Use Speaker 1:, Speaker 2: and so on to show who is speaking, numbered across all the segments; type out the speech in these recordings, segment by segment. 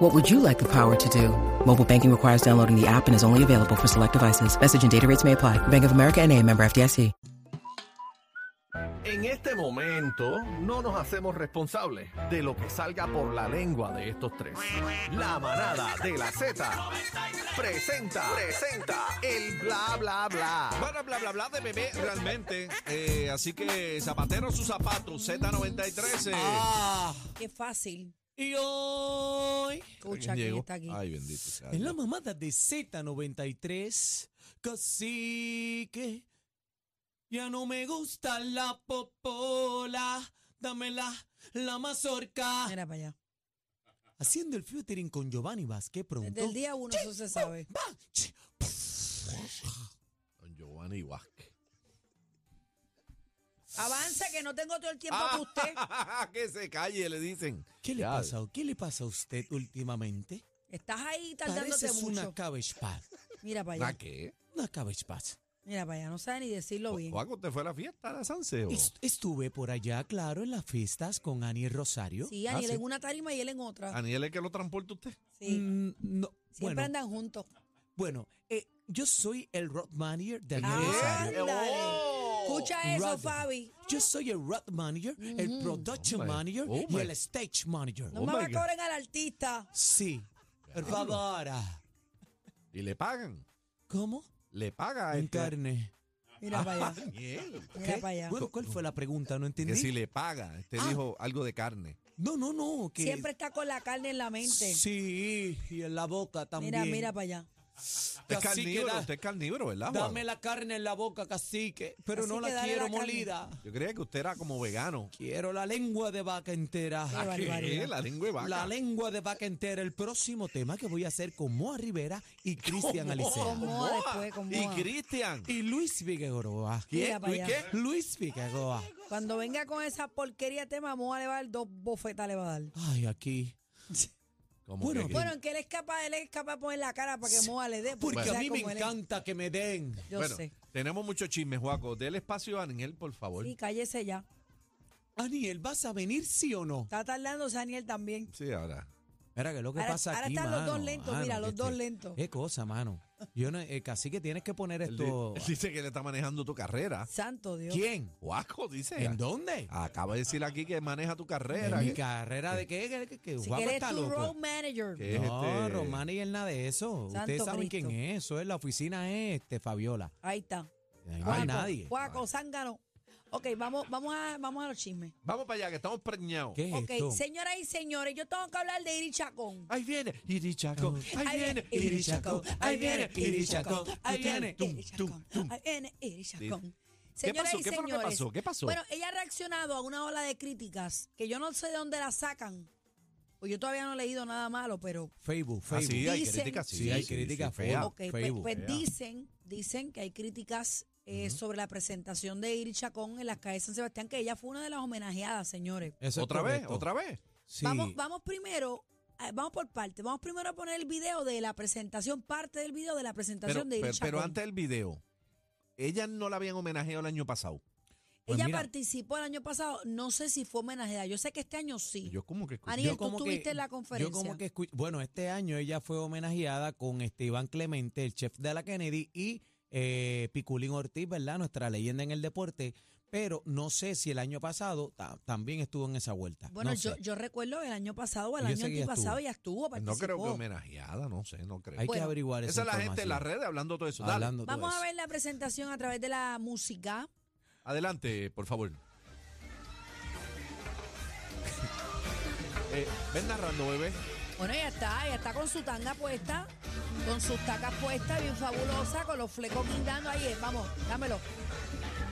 Speaker 1: What would you like the power to do? Mobile banking requires downloading the app and is only available for select devices. Message and data rates may apply. Bank of America and a member FDIC.
Speaker 2: En este momento no nos hacemos responsables de lo que salga por la lengua de estos tres. La manada de la Z presenta, presenta el bla bla bla.
Speaker 3: Bueno, bla, bla, bla de bebé realmente. Eh, así que zapatero su zapato, Z93. eh.
Speaker 4: Ah.
Speaker 5: Qué fácil.
Speaker 4: Y hoy,
Speaker 5: Escucha
Speaker 3: ¿Quién
Speaker 5: quién
Speaker 3: llegó?
Speaker 5: está aquí.
Speaker 3: Ay, bendito sea.
Speaker 4: en la mamada de Z93, cacique, ya no me gusta la popola, dámela, la mazorca.
Speaker 5: Mira para allá.
Speaker 4: Haciendo el featuring con Giovanni Vázquez pronto.
Speaker 5: Desde el día uno eso se sabe.
Speaker 4: ¡Bam! Ch-
Speaker 2: Don Giovanni Vázquez.
Speaker 5: Avanza que no tengo todo el tiempo para usted.
Speaker 3: que se calle, le dicen.
Speaker 4: ¿Qué le,
Speaker 3: Ya,
Speaker 4: pasa, ¿Qué le pasa a usted últimamente?
Speaker 5: Estás ahí tardándote
Speaker 4: Pareces una
Speaker 5: mucho.
Speaker 4: cabbage patch.
Speaker 5: Mira para
Speaker 3: ¿Na
Speaker 5: allá.
Speaker 3: qué?
Speaker 4: Una cabbage patch.
Speaker 5: Mira para allá. No sabe ni decirlo bien.
Speaker 3: ¿Juaco, usted fue a la fiesta de Sanseo?
Speaker 4: Est- Estuve por allá, claro, en las fiestas con Annie Rosario.
Speaker 5: Sí,
Speaker 3: Ah,
Speaker 5: Aniel
Speaker 3: sí. Ah,
Speaker 5: en una tarima y él en otra.
Speaker 3: ¿Aniel es que lo transporta usted?
Speaker 5: Sí.
Speaker 4: Mm, no,
Speaker 5: Siempre
Speaker 4: bueno,
Speaker 5: andan juntos.
Speaker 4: Bueno, eh, yo soy el road manager de Annie
Speaker 5: Ándale.
Speaker 4: Rosario.
Speaker 5: Escucha Ah, eso,
Speaker 4: Brother.
Speaker 5: Fabi. Mm.
Speaker 4: Yo soy el road manager, el production
Speaker 3: Oh my-
Speaker 4: manager
Speaker 3: oh
Speaker 4: y
Speaker 3: my-
Speaker 4: el stage manager.
Speaker 5: No
Speaker 3: Oh
Speaker 5: me
Speaker 3: my
Speaker 5: va a
Speaker 3: God.
Speaker 5: cobrar al artista.
Speaker 4: Sí. Por favor. ah.
Speaker 3: ¿Y le pagan?
Speaker 4: ¿Cómo?
Speaker 3: ¿Le paga a
Speaker 4: En
Speaker 3: este?
Speaker 4: carne.
Speaker 5: Mira para allá.
Speaker 3: Aniel.
Speaker 5: Mira
Speaker 4: ¿Qué?
Speaker 5: para allá.
Speaker 4: Bueno, ¿cuál fue la pregunta? No
Speaker 3: Que si
Speaker 4: entendí.
Speaker 3: le paga. Este
Speaker 4: Ah.
Speaker 3: dijo algo de carne.
Speaker 4: No, no, no. Que
Speaker 5: Siempre está con la carne en la mente.
Speaker 4: Sí, y en la boca también.
Speaker 5: Mira, mira para allá.
Speaker 3: Usted es
Speaker 4: Cacique,
Speaker 3: carnívoro,
Speaker 4: da-
Speaker 3: usted es carnívoro, ¿verdad, Juan?
Speaker 4: Dame la carne en la boca, cacique, pero no
Speaker 5: Cacique,
Speaker 4: la
Speaker 5: dale
Speaker 4: quiero
Speaker 5: la carne.
Speaker 4: molida.
Speaker 3: Yo creía que usted era como vegano.
Speaker 4: Quiero la lengua de vaca entera.
Speaker 5: Qué
Speaker 3: ¿Qué?
Speaker 5: barbaridad.
Speaker 3: La lengua de vaca.
Speaker 4: La lengua de vaca entera, el próximo tema que voy a hacer con Moa Rivera y Cristian
Speaker 5: Con
Speaker 4: Alicea.
Speaker 5: Moa después, con Moa.
Speaker 3: Y Cristian.
Speaker 4: Y Luis Figueroa.
Speaker 5: Mira para
Speaker 3: ¿Y
Speaker 5: allá.
Speaker 3: qué?
Speaker 4: Luis Figueroa.
Speaker 5: Cuando venga con esa porquería te mamó, le va a dar dos bofetas, le va a dar.
Speaker 4: Ay, aquí.
Speaker 3: ¿Cómo
Speaker 4: Bueno,
Speaker 3: que-
Speaker 5: Bueno, en que él es capaz, él es capaz de poner la cara para que Moa le dé.
Speaker 4: Porque
Speaker 5: sabe
Speaker 4: a mí me
Speaker 5: cómo él es.
Speaker 4: encanta que me den.
Speaker 5: Yo
Speaker 3: Bueno,
Speaker 5: sé.
Speaker 3: tenemos mucho chisme, Juaco. Del espacio a Daniel, por favor.
Speaker 5: Sí, cállese ya.
Speaker 4: Aniel, ¿vas a venir sí o no?
Speaker 5: Está tardándose Daniel también.
Speaker 3: Sí, ahora.
Speaker 4: Mira que lo que
Speaker 5: Ahora-
Speaker 4: pasa
Speaker 5: ahora
Speaker 4: aquí,
Speaker 5: están los dos
Speaker 4: mano,
Speaker 5: lentos, mira,
Speaker 4: mano,
Speaker 5: los dos
Speaker 4: este,
Speaker 5: lentos.
Speaker 4: Qué cosa, mano. Yo no, eh, casi que tienes que poner
Speaker 3: Él, di-
Speaker 4: esto.
Speaker 3: él dice que le está manejando tu carrera.
Speaker 5: Santo Dios.
Speaker 4: ¿Quién?
Speaker 3: Juaco, dice.
Speaker 4: ¿En dónde?
Speaker 3: Acaba de decir aquí que maneja tu
Speaker 4: ¿En
Speaker 3: carrera.
Speaker 4: mi
Speaker 3: que-
Speaker 4: carrera de qué? Que, que, que
Speaker 5: Si
Speaker 4: Juaco
Speaker 5: que eres
Speaker 4: está
Speaker 5: tu
Speaker 4: loco.
Speaker 5: road manager.
Speaker 3: que es
Speaker 4: no,
Speaker 3: este-
Speaker 4: Román y él nada de eso.
Speaker 5: Santo
Speaker 4: Ustedes saben
Speaker 5: Cristo.
Speaker 4: quién es eso. Es la oficina es este, Fabiola.
Speaker 5: Ahí está.
Speaker 4: No hay
Speaker 5: Juaco,
Speaker 4: más nadie.
Speaker 5: Juaco, zángano. Ok, vamos, vamos, a, vamos a los chismes.
Speaker 3: Vamos para allá, que estamos preñados.
Speaker 4: ¿Qué es
Speaker 5: Ok,
Speaker 4: esto?
Speaker 5: señoras y señores, yo tengo que hablar de Iri Chacón.
Speaker 3: Ahí viene Irichaco.
Speaker 5: Ahí
Speaker 3: Ahí viene
Speaker 5: viene
Speaker 3: Irichaco. Ahí viene Irichaco.
Speaker 5: Ahí viene
Speaker 3: Tum,
Speaker 5: Iri Chacón,
Speaker 3: tum, tum.
Speaker 5: Ahí viene Iri Chacón.
Speaker 3: ¿Qué
Speaker 5: Señoras
Speaker 3: pasó?
Speaker 5: y
Speaker 3: ¿Qué fue lo que
Speaker 5: señores,
Speaker 3: pasó? ¿Qué pasó?
Speaker 5: Bueno, ella ha reaccionado a una ola de críticas que yo no sé de dónde la sacan. Pues yo todavía no he leído nada malo, pero
Speaker 4: Facebook,
Speaker 3: Ah,
Speaker 4: Facebook.
Speaker 3: sí, hay
Speaker 5: Dicen-
Speaker 3: críticas.
Speaker 4: Sí, hay críticas
Speaker 3: fea.
Speaker 4: Ah,
Speaker 5: ok, pues-
Speaker 4: Facebook.
Speaker 5: pues,
Speaker 3: Vea.
Speaker 5: dicen, dicen que hay críticas eh, sobre la presentación de Iri Chacón en las calles de San Sebastián, que ella fue una de las homenajeadas, señores.
Speaker 4: Eso es
Speaker 3: ¿Otra vez?
Speaker 4: correcto.
Speaker 3: ¿Otra vez?
Speaker 4: Sí.
Speaker 5: Vamos, vamos primero, eh, vamos por parte, vamos primero a poner el video de la presentación, parte del video de la
Speaker 3: Pero,
Speaker 5: presentación de
Speaker 3: pero-
Speaker 5: Iri Chacón.
Speaker 3: pero antes del video, ellas no la habían homenajeado el año pasado.
Speaker 4: Pues
Speaker 5: ella
Speaker 4: mira.
Speaker 5: participó el año pasado, no sé si fue homenajeada, yo sé que este año sí.
Speaker 3: Yo como que escuché.
Speaker 5: Aniel, tú estuviste en la conferencia.
Speaker 4: Yo como que escu- bueno, este año ella fue homenajeada con este Iván Clemente, el chef de la Kennedy, y eh, Piculín Ortiz, ¿verdad? Nuestra leyenda en el deporte. Pero no sé si el año pasado ta- también estuvo en esa vuelta.
Speaker 5: bueno,
Speaker 4: No
Speaker 5: yo,
Speaker 4: sé.
Speaker 5: yo recuerdo el año pasado, el
Speaker 4: Yo
Speaker 5: año
Speaker 4: sé que ella
Speaker 5: antipasado,
Speaker 4: estuvo. Pues
Speaker 5: ella estuvo,
Speaker 3: No
Speaker 5: participó.
Speaker 3: creo que homenajeada, no sé, no creo.
Speaker 4: Hay
Speaker 5: bueno,
Speaker 4: que averiguar
Speaker 3: Esa
Speaker 4: esa
Speaker 3: es la gente en las redes hablando todo eso. Dale,
Speaker 4: Hablando todo
Speaker 5: Vamos a
Speaker 4: eso.
Speaker 5: ver la presentación a través de la música.
Speaker 3: adelante, por favor. Eh, ven narrando, bebé.
Speaker 5: Bueno, ya está, ya está con su tanga puesta, con sus tacas puestas, bien fabulosa, con los flecos guindando ahí. eh, Vamos, dámelo.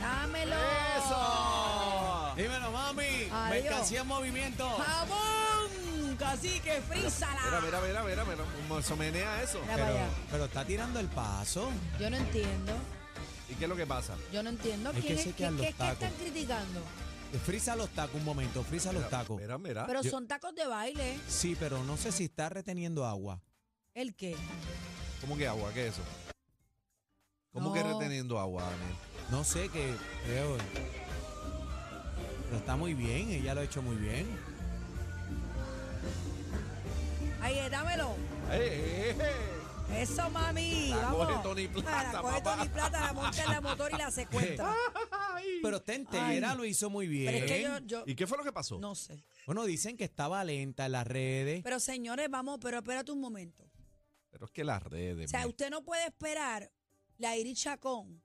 Speaker 5: Dámelo.
Speaker 3: ¡Eso!
Speaker 4: Dímelo, mami.
Speaker 5: Adiós. mercancía
Speaker 4: en movimiento.
Speaker 5: ¡Jabón! Cacique,
Speaker 3: Mira,
Speaker 5: frízala.
Speaker 3: mira, mira, mira, mira. Como se menea eso.
Speaker 5: Mira para
Speaker 4: Pero,
Speaker 5: allá.
Speaker 4: pero está tirando el paso.
Speaker 5: Yo no entiendo.
Speaker 3: ¿Y qué es lo que pasa?
Speaker 5: Yo no entiendo.
Speaker 4: Hay
Speaker 5: ¿Quién
Speaker 4: que
Speaker 5: es,
Speaker 4: chequear
Speaker 5: qué,
Speaker 4: los
Speaker 5: qué- qué están
Speaker 4: tacos.
Speaker 5: criticando?
Speaker 4: Frisa los tacos un momento, frisa los tacos.
Speaker 3: Mira, mira.
Speaker 5: Pero
Speaker 4: yo-
Speaker 5: son tacos de baile.
Speaker 4: Sí, pero no sé si está reteniendo agua.
Speaker 5: ¿El qué?
Speaker 3: ¿Cómo que agua? ¿Qué es eso? ¿Cómo que
Speaker 5: No.
Speaker 3: reteniendo agua, Daniel?
Speaker 4: No sé qué. creo. Pero está muy bien, ella lo ha hecho muy bien.
Speaker 5: Ahí, eh, dámelo.
Speaker 3: ¡Eh, eh, eh!
Speaker 5: Eso, mami.
Speaker 3: La
Speaker 5: vamos.
Speaker 3: coge Tony Plata,
Speaker 5: Ah, La coge
Speaker 3: papá.
Speaker 5: Tony Plata, la monta en la motor y la secuestra.
Speaker 4: Pero está entera, lo hizo muy bien.
Speaker 5: Pero es que yo, yo
Speaker 3: ¿Y qué fue lo que pasó?
Speaker 5: no sé.
Speaker 4: Bueno, dicen que estaba lenta en las redes.
Speaker 5: Pero señores, vamos, pero espérate un momento.
Speaker 3: Pero es que las
Speaker 5: O
Speaker 3: redes.
Speaker 5: sea,
Speaker 3: man.
Speaker 5: usted no puede esperar la Iri Chacón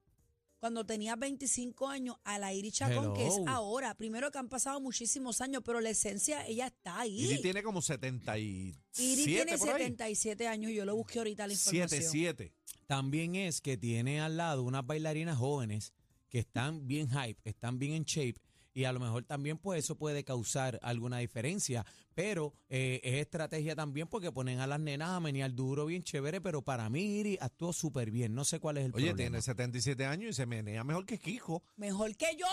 Speaker 5: cuando tenía 25 años a la Iri Chacón, que es
Speaker 4: Hello.
Speaker 5: ahora. Primero que han pasado muchísimos años, pero la esencia, ella está ahí.
Speaker 3: Y si tiene como 77
Speaker 5: Iri tiene
Speaker 3: por ahí.
Speaker 5: 77 años, yo lo busqué ahorita la información.
Speaker 3: 77.
Speaker 4: También es que tiene al lado unas bailarinas jóvenes que están bien hype, están bien en shape. Y a lo mejor también, pues eso puede causar alguna diferencia. Pero eh, es estrategia también porque ponen a las nenas a menear duro, bien chévere. Pero para mí, Iri actuó súper bien. No sé cuál es el
Speaker 3: Oye,
Speaker 4: problema.
Speaker 3: tiene 77 años y se menea mejor que Kiko.
Speaker 5: Mejor que yo.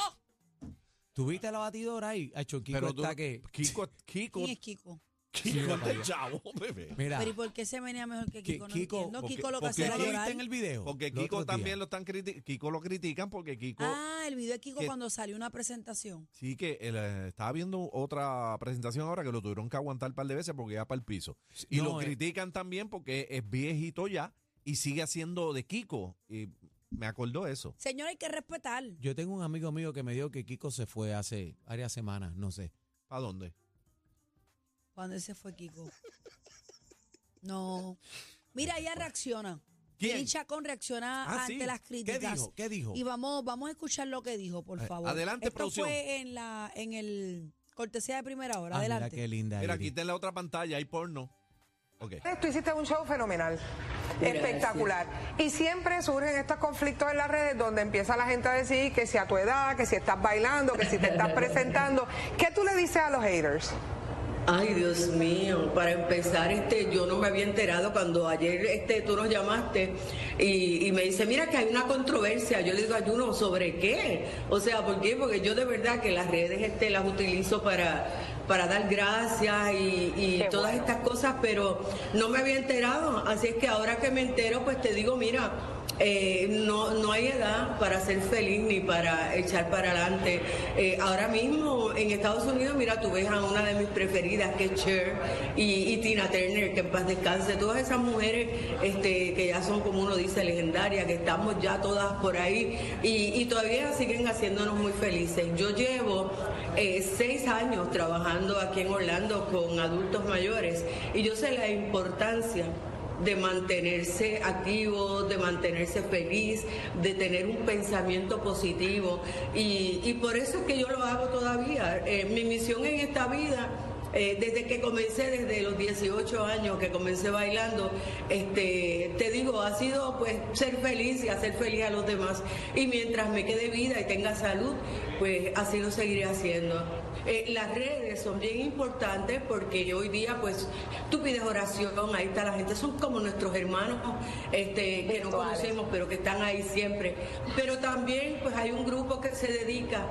Speaker 4: ¿Tuviste la batidora ahí? Acho, Kiko
Speaker 3: pero tú-
Speaker 4: está que...
Speaker 3: Kiko, Kiko,
Speaker 5: ¿Quién es Kiko?
Speaker 4: Sí,
Speaker 3: Kiko es
Speaker 4: vaya.
Speaker 3: del chavo, bebé.
Speaker 4: Mira,
Speaker 5: Pero ¿y por qué se menea mejor que
Speaker 4: Ki-
Speaker 5: Kiko? No
Speaker 4: Kiko,
Speaker 5: entiendo.
Speaker 3: porque-
Speaker 5: Kiko lo que
Speaker 3: porque
Speaker 5: hace era
Speaker 4: ¿lo
Speaker 3: Kiko-
Speaker 5: llorar.
Speaker 4: viste en el video?
Speaker 3: Porque
Speaker 4: El otro
Speaker 3: Kiko
Speaker 4: día.
Speaker 3: también lo están criti- Kiko lo critican porque Kiko.
Speaker 5: Ah, el video de Kiko
Speaker 3: que-
Speaker 5: cuando salió una presentación.
Speaker 3: Sí, que él, eh, estaba viendo otra presentación ahora que lo tuvieron que aguantar un par de veces porque iba para el piso. Y
Speaker 4: No,
Speaker 3: lo
Speaker 4: eh.
Speaker 3: critican también porque es viejito ya y sigue haciendo de Kiko. Y me acordó eso.
Speaker 5: Señor, hay que respetar.
Speaker 4: Yo tengo un amigo mío que me dijo que Kiko se fue hace varias semanas, no sé.
Speaker 3: ¿Para dónde?
Speaker 5: Cuando ese fue Kiko. No. Mira, ella reacciona.
Speaker 3: ¿Quién?
Speaker 5: Iri Chacón reacciona
Speaker 3: Ah,
Speaker 5: ante
Speaker 3: sí.
Speaker 5: las
Speaker 4: ¿Qué
Speaker 5: críticas.
Speaker 4: dijo? ¿Qué dijo?
Speaker 5: Y vamos, vamos a escuchar lo que dijo, por
Speaker 3: Eh,
Speaker 5: favor.
Speaker 3: adelante,
Speaker 5: Esto
Speaker 3: producción.
Speaker 5: fue en la, en el cortesía de primera hora.
Speaker 4: Ah, mira
Speaker 5: adelante.
Speaker 4: qué linda.
Speaker 3: Mira,
Speaker 4: Iri.
Speaker 3: aquí está en la otra pantalla, hay porno. Ok.
Speaker 6: Tú hiciste un show fenomenal, espectacular. Y siempre surgen estos conflictos en las redes donde empieza la gente a decir que si a tu edad, que si estás bailando, que si te estás presentando. ¿Qué tú le dices a los haters?
Speaker 7: Ay, Dios mío, para empezar, este, yo no me había enterado cuando ayer este, tú nos llamaste y, y me dice, mira que hay una controversia. Yo le digo, ayuno, ¿sobre qué? O sea, ¿por qué? Porque yo de verdad que las redes este, las utilizo para, para dar gracias y, y
Speaker 6: Qué
Speaker 7: todas
Speaker 6: bueno.
Speaker 7: estas cosas, pero no me había enterado. Así es que ahora que me entero, pues te digo, mira, eh, no, no hay edad para ser feliz ni para echar para adelante. Eh, ahora mismo en Estados Unidos, mira, tú ves a una de mis preferidas, que es Cher, y, y Tina Turner, que en paz descanse. Todas esas mujeres este, que ya son, como uno dice, legendarias, que estamos ya todas por ahí y, y todavía siguen haciéndonos muy felices. Yo llevo eh, seis años trabajando aquí en Orlando con adultos mayores y yo sé la importancia de mantenerse activo, de mantenerse feliz, de tener un pensamiento positivo. Y, y por eso es que yo lo hago todavía. Eh, mi misión en esta vida, eh, desde que comencé, desde los 18 años que comencé bailando, este, te digo, ha sido pues ser feliz y hacer feliz a los demás. Y mientras me quede vida y tenga salud, pues así lo seguiré haciendo. Eh, las redes son bien importantes porque hoy día, pues, tú pides oración, ahí está la gente, son como nuestros hermanos este, que no
Speaker 6: Virtuales.
Speaker 7: conocemos, pero que están ahí siempre. Pero también, pues, hay un grupo que se dedica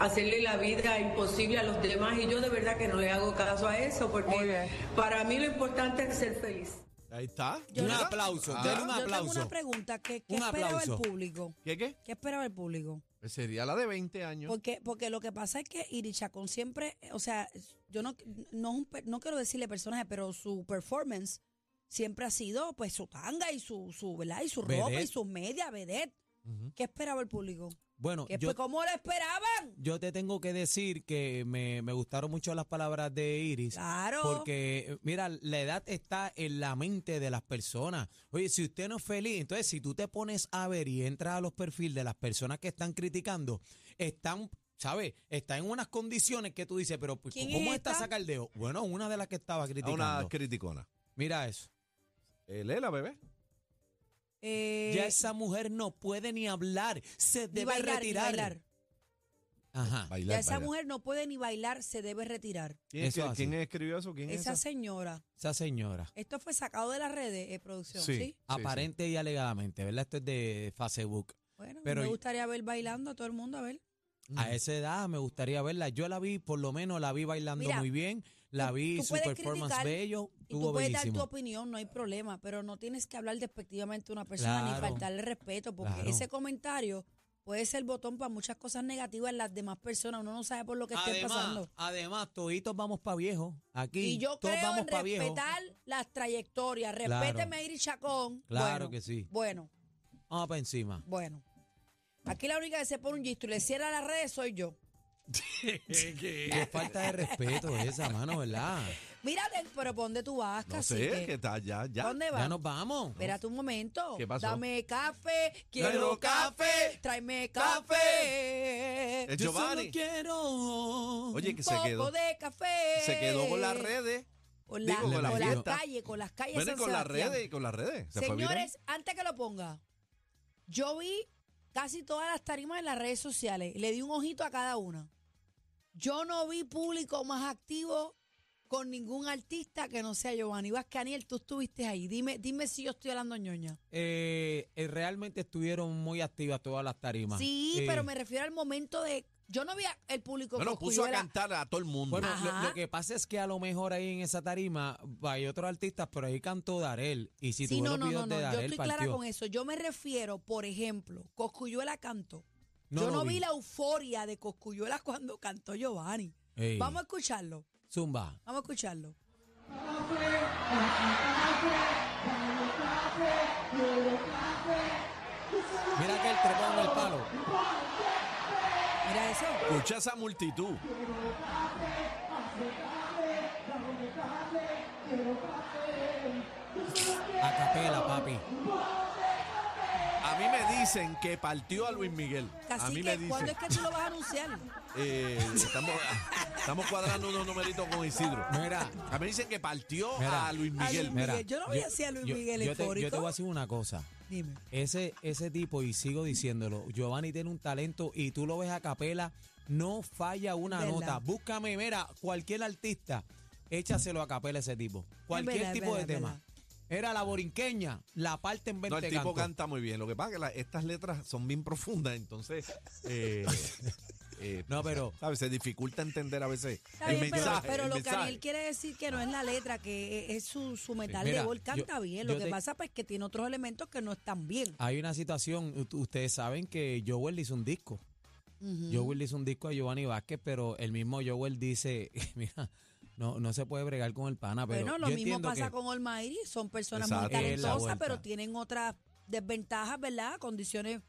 Speaker 7: a hacerle la vida imposible a los demás y yo de verdad que no le hago caso a eso
Speaker 6: Muy
Speaker 7: porque
Speaker 6: bien.
Speaker 7: para mí lo importante es ser feliz.
Speaker 3: Ahí está. Ah.
Speaker 5: Yo
Speaker 4: un
Speaker 5: no-
Speaker 4: aplauso,
Speaker 5: Yo,
Speaker 4: denle un
Speaker 5: yo tengo una
Speaker 4: aplauso.
Speaker 5: pregunta. ¿Qué, qué
Speaker 4: Un
Speaker 5: esperaba el
Speaker 4: aplauso.
Speaker 5: público?
Speaker 3: ¿Qué qué?
Speaker 5: ¿Qué esperaba el público?
Speaker 3: Pues sería la de 20 años.
Speaker 5: Porque, porque lo que pasa es que Iri Chacón siempre, o sea, yo no, no, es un per- no quiero decirle personaje, pero su performance siempre ha sido pues su tanga y su, su ¿verdad? Y su ropa y
Speaker 4: Vedette.
Speaker 5: sus medias, vedette.
Speaker 3: Ujú.
Speaker 5: ¿Qué esperaba el público?
Speaker 4: Bueno,
Speaker 5: ¿Qué
Speaker 4: yo,
Speaker 5: fue- ¿Cómo lo esperaban?
Speaker 4: yo te tengo que decir que me, me gustaron mucho las palabras de Iris.
Speaker 5: Claro.
Speaker 4: Porque, eh, mira, la edad está en la mente de las personas. Oye, si usted no es feliz, entonces si tú te pones a ver y entras a los perfiles de las personas que están criticando, están, ¿sabes? Están en unas condiciones que tú dices, pero pues,
Speaker 5: ¿Quién
Speaker 4: ¿cómo
Speaker 5: es
Speaker 4: está
Speaker 5: esta?
Speaker 4: sacardeo? Bueno, una de las que estaba
Speaker 3: A una
Speaker 4: criticando.
Speaker 3: criticona.
Speaker 4: Mira eso.
Speaker 3: Eh, Lela, bebé.
Speaker 5: Eh,
Speaker 4: Ya esa mujer no puede ni hablar, se
Speaker 5: ni
Speaker 4: debe
Speaker 5: bailar, ni
Speaker 4: retirar.
Speaker 5: bailar.
Speaker 4: Ajá.
Speaker 3: Bailar,
Speaker 5: Ya esa
Speaker 3: bailar.
Speaker 5: mujer no puede ni bailar, se debe retirar.
Speaker 3: ¿Quién,
Speaker 4: Eso
Speaker 3: quién-
Speaker 4: así.
Speaker 3: quién escribió eso? ¿Quién es
Speaker 5: Esa
Speaker 3: esa?
Speaker 5: señora.
Speaker 4: Esa señora.
Speaker 5: Esto fue sacado de las redes, eh, producción,
Speaker 3: Sí.
Speaker 5: ¿sí?
Speaker 3: sí.
Speaker 4: Aparente y alegadamente, ¿verdad? Esto es de Facebook.
Speaker 5: Bueno,
Speaker 4: Pero
Speaker 5: me
Speaker 4: y-
Speaker 5: gustaría ver bailando a todo el mundo, a ver.
Speaker 4: A esa edad me gustaría verla. Yo la vi, por lo menos la vi bailando
Speaker 5: Mira,
Speaker 4: muy bien. La
Speaker 5: tú-
Speaker 4: vi
Speaker 5: tú
Speaker 4: su
Speaker 5: puedes
Speaker 4: performance
Speaker 5: criticar
Speaker 4: bello.
Speaker 5: Y tú
Speaker 4: Estuvo
Speaker 5: puedes dar tu
Speaker 4: bellísimo.
Speaker 5: opinión, no hay problema, pero no tienes que hablar despectivamente a una persona ni
Speaker 4: Claro.
Speaker 5: faltarle respeto, porque
Speaker 4: Claro.
Speaker 5: ese comentario puede ser botón para muchas cosas negativas en las demás personas. Uno no sabe por lo que esté
Speaker 4: Además,
Speaker 5: pasando.
Speaker 4: además, toditos vamos para viejo. Aquí
Speaker 5: Y yo
Speaker 4: todos
Speaker 5: creo
Speaker 4: vamos
Speaker 5: en
Speaker 4: para viejo.
Speaker 5: respetar las trayectorias.
Speaker 4: Claro.
Speaker 5: Respéteme a Iris Chacón.
Speaker 4: Claro
Speaker 5: Bueno,
Speaker 4: que sí.
Speaker 5: Bueno,
Speaker 4: Vamos para encima.
Speaker 5: bueno. Aquí la única que se pone un gistro y le cierra las redes soy yo.
Speaker 4: Qué falta de respeto esa, mano, ¿verdad?
Speaker 5: Mírate, pero ¿por dónde tú vas,
Speaker 3: No
Speaker 5: cacique?
Speaker 3: sé, que está ya, ya.
Speaker 5: ¿Dónde vas?
Speaker 4: Ya nos vamos.
Speaker 5: Espérate un momento.
Speaker 3: ¿Qué pasó?
Speaker 5: Dame café, quiero,
Speaker 3: Quiero
Speaker 5: café,
Speaker 3: café,
Speaker 5: tráeme café.
Speaker 3: café.
Speaker 4: Yo solo
Speaker 3: Giovanni.
Speaker 4: quiero.
Speaker 3: Oye,
Speaker 5: Un
Speaker 3: que se quedó.
Speaker 5: poco de café.
Speaker 3: Se quedó con las redes.
Speaker 5: Con, la-
Speaker 3: digo, con la
Speaker 5: con las
Speaker 3: fiesta.
Speaker 5: calles, con las calles. de
Speaker 3: Bueno, y
Speaker 5: San
Speaker 3: con las
Speaker 5: Sebastián.
Speaker 3: redes, y con las redes. Se fue viral.
Speaker 5: Señores, antes que lo ponga, yo vi casi todas las tarimas en las redes sociales. Le di un ojito a cada una. Yo no vi público más activo con ningún artista que no sea Giovanni Vascaniel. Tú estuviste ahí. Dime, dime si yo estoy hablando ñoña.
Speaker 4: Eh, eh, realmente estuvieron muy activas todas las tarimas.
Speaker 5: Sí,
Speaker 4: Eh,
Speaker 5: pero me refiero al momento de. Yo no vi a- el público
Speaker 3: Bueno,
Speaker 5: que
Speaker 3: puso a
Speaker 5: escribió la-
Speaker 3: cantar a todo el mundo.
Speaker 4: Bueno, lo-
Speaker 5: Ajá.
Speaker 4: lo, que pasa es que a lo mejor ahí en esa tarima hay otros artistas, pero ahí cantó Darel. Y si
Speaker 5: Sí,
Speaker 4: tú ves
Speaker 5: no,
Speaker 4: los
Speaker 5: no,
Speaker 4: videos
Speaker 5: no, no.
Speaker 4: de
Speaker 5: Yo
Speaker 4: Darel,
Speaker 5: estoy clara
Speaker 4: partió.
Speaker 5: con eso. Yo me refiero, por ejemplo, Coscuyuela cantó.
Speaker 4: No
Speaker 5: Yo
Speaker 4: lo
Speaker 5: no vi.
Speaker 4: vi.
Speaker 5: la euforia de Coscuyuela cuando cantó Giovanni.
Speaker 4: Ey.
Speaker 5: Vamos a escucharlo.
Speaker 4: Zumba.
Speaker 5: Vamos a escucharlo.
Speaker 4: Mira que el trepó en el palo.
Speaker 5: Mira eso.
Speaker 3: Escucha esa multitud.
Speaker 4: A capela, papi.
Speaker 3: A mí me dicen que partió a Luis Miguel. a mí me
Speaker 5: Cacique,
Speaker 3: dicen.
Speaker 5: ¿cuándo es que tú lo vas a anunciar?
Speaker 3: eh, estamos, estamos cuadrando unos numeritos con Isidro.
Speaker 4: Mira.
Speaker 3: A mí me dicen que partió
Speaker 4: Mira.
Speaker 3: a Luis
Speaker 5: A Luis
Speaker 3: Miguel.
Speaker 5: Miguel. Yo no voy a hacer a Luis
Speaker 4: yo-
Speaker 5: Miguel
Speaker 4: yo te- yo te
Speaker 5: eufórico.
Speaker 4: voy a decir una cosa.
Speaker 5: Dime.
Speaker 4: Ese, ese tipo, y sigo diciéndolo, Giovanni tiene un talento y tú lo ves a capela, no falla una
Speaker 5: Verdad.
Speaker 4: nota. Búscame, mira, cualquier artista, échaselo a capela a ese tipo. Cualquier
Speaker 5: verdad, es
Speaker 4: tipo
Speaker 5: verdad,
Speaker 4: de
Speaker 5: es
Speaker 4: tema.
Speaker 5: verdad.
Speaker 4: Era la borinqueña, la parte en 20
Speaker 3: No, el tipo
Speaker 4: cantos.
Speaker 3: canta muy bien. Lo que pasa es que la- estas letras son bien profundas, entonces. eh, eh,
Speaker 4: No, pero-
Speaker 3: ¿sabes? Se dificulta entender a veces
Speaker 5: Está
Speaker 3: el
Speaker 5: bien, pero-
Speaker 3: mensaje.
Speaker 5: pero,
Speaker 3: el
Speaker 5: lo que
Speaker 3: mensaje.
Speaker 5: Aniel quiere decir que no es la letra, que es, es su, su metal
Speaker 4: Mira,
Speaker 5: de gol,
Speaker 4: yo-
Speaker 5: canta bien. Lo
Speaker 4: yo
Speaker 5: que
Speaker 4: te-
Speaker 5: pasa pues, es que tiene otros elementos que no están bien.
Speaker 4: Hay una situación, u- ustedes saben que Joel le hizo un disco. Joel le hizo un disco a Giovanni Vázquez, pero el mismo Joel dice, mira, no, no se puede bregar con el pana, pero
Speaker 5: bueno, lo
Speaker 4: yo
Speaker 5: mismo
Speaker 4: entiendo
Speaker 5: pasa
Speaker 4: que-
Speaker 5: con Olmairi, son personas muy
Speaker 3: Exacto.
Speaker 4: Es la
Speaker 5: talentosas,
Speaker 4: vuelta.
Speaker 5: pero tienen otras desventajas, ¿verdad? Condiciones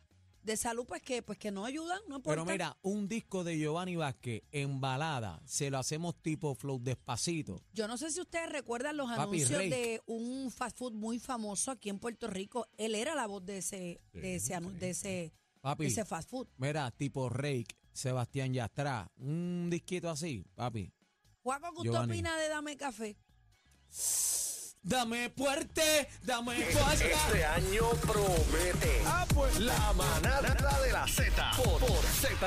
Speaker 5: de salud pues que pues que no ayudan, no importa.
Speaker 4: Pero mira, un disco de Giovanni Vázquez en balada, se lo hacemos tipo flow despacito.
Speaker 5: Yo no sé si ustedes recuerdan los
Speaker 4: Papi,
Speaker 5: anuncios
Speaker 4: Rake.
Speaker 5: de un fast food muy famoso aquí en Puerto Rico. Él era la voz de ese de ese anu- de ese
Speaker 4: Papi.
Speaker 5: de ese fast food.
Speaker 4: Mira, tipo Rake, Sebastián Yatra, un disquito así, papi.
Speaker 5: Juaco, ¿qué usted
Speaker 4: Giovanni.
Speaker 5: opina de Dame Café?
Speaker 4: Dame fuerte, dame fuerte.
Speaker 2: Este año promete. Ah, pues. La manada de la Z por, por Z.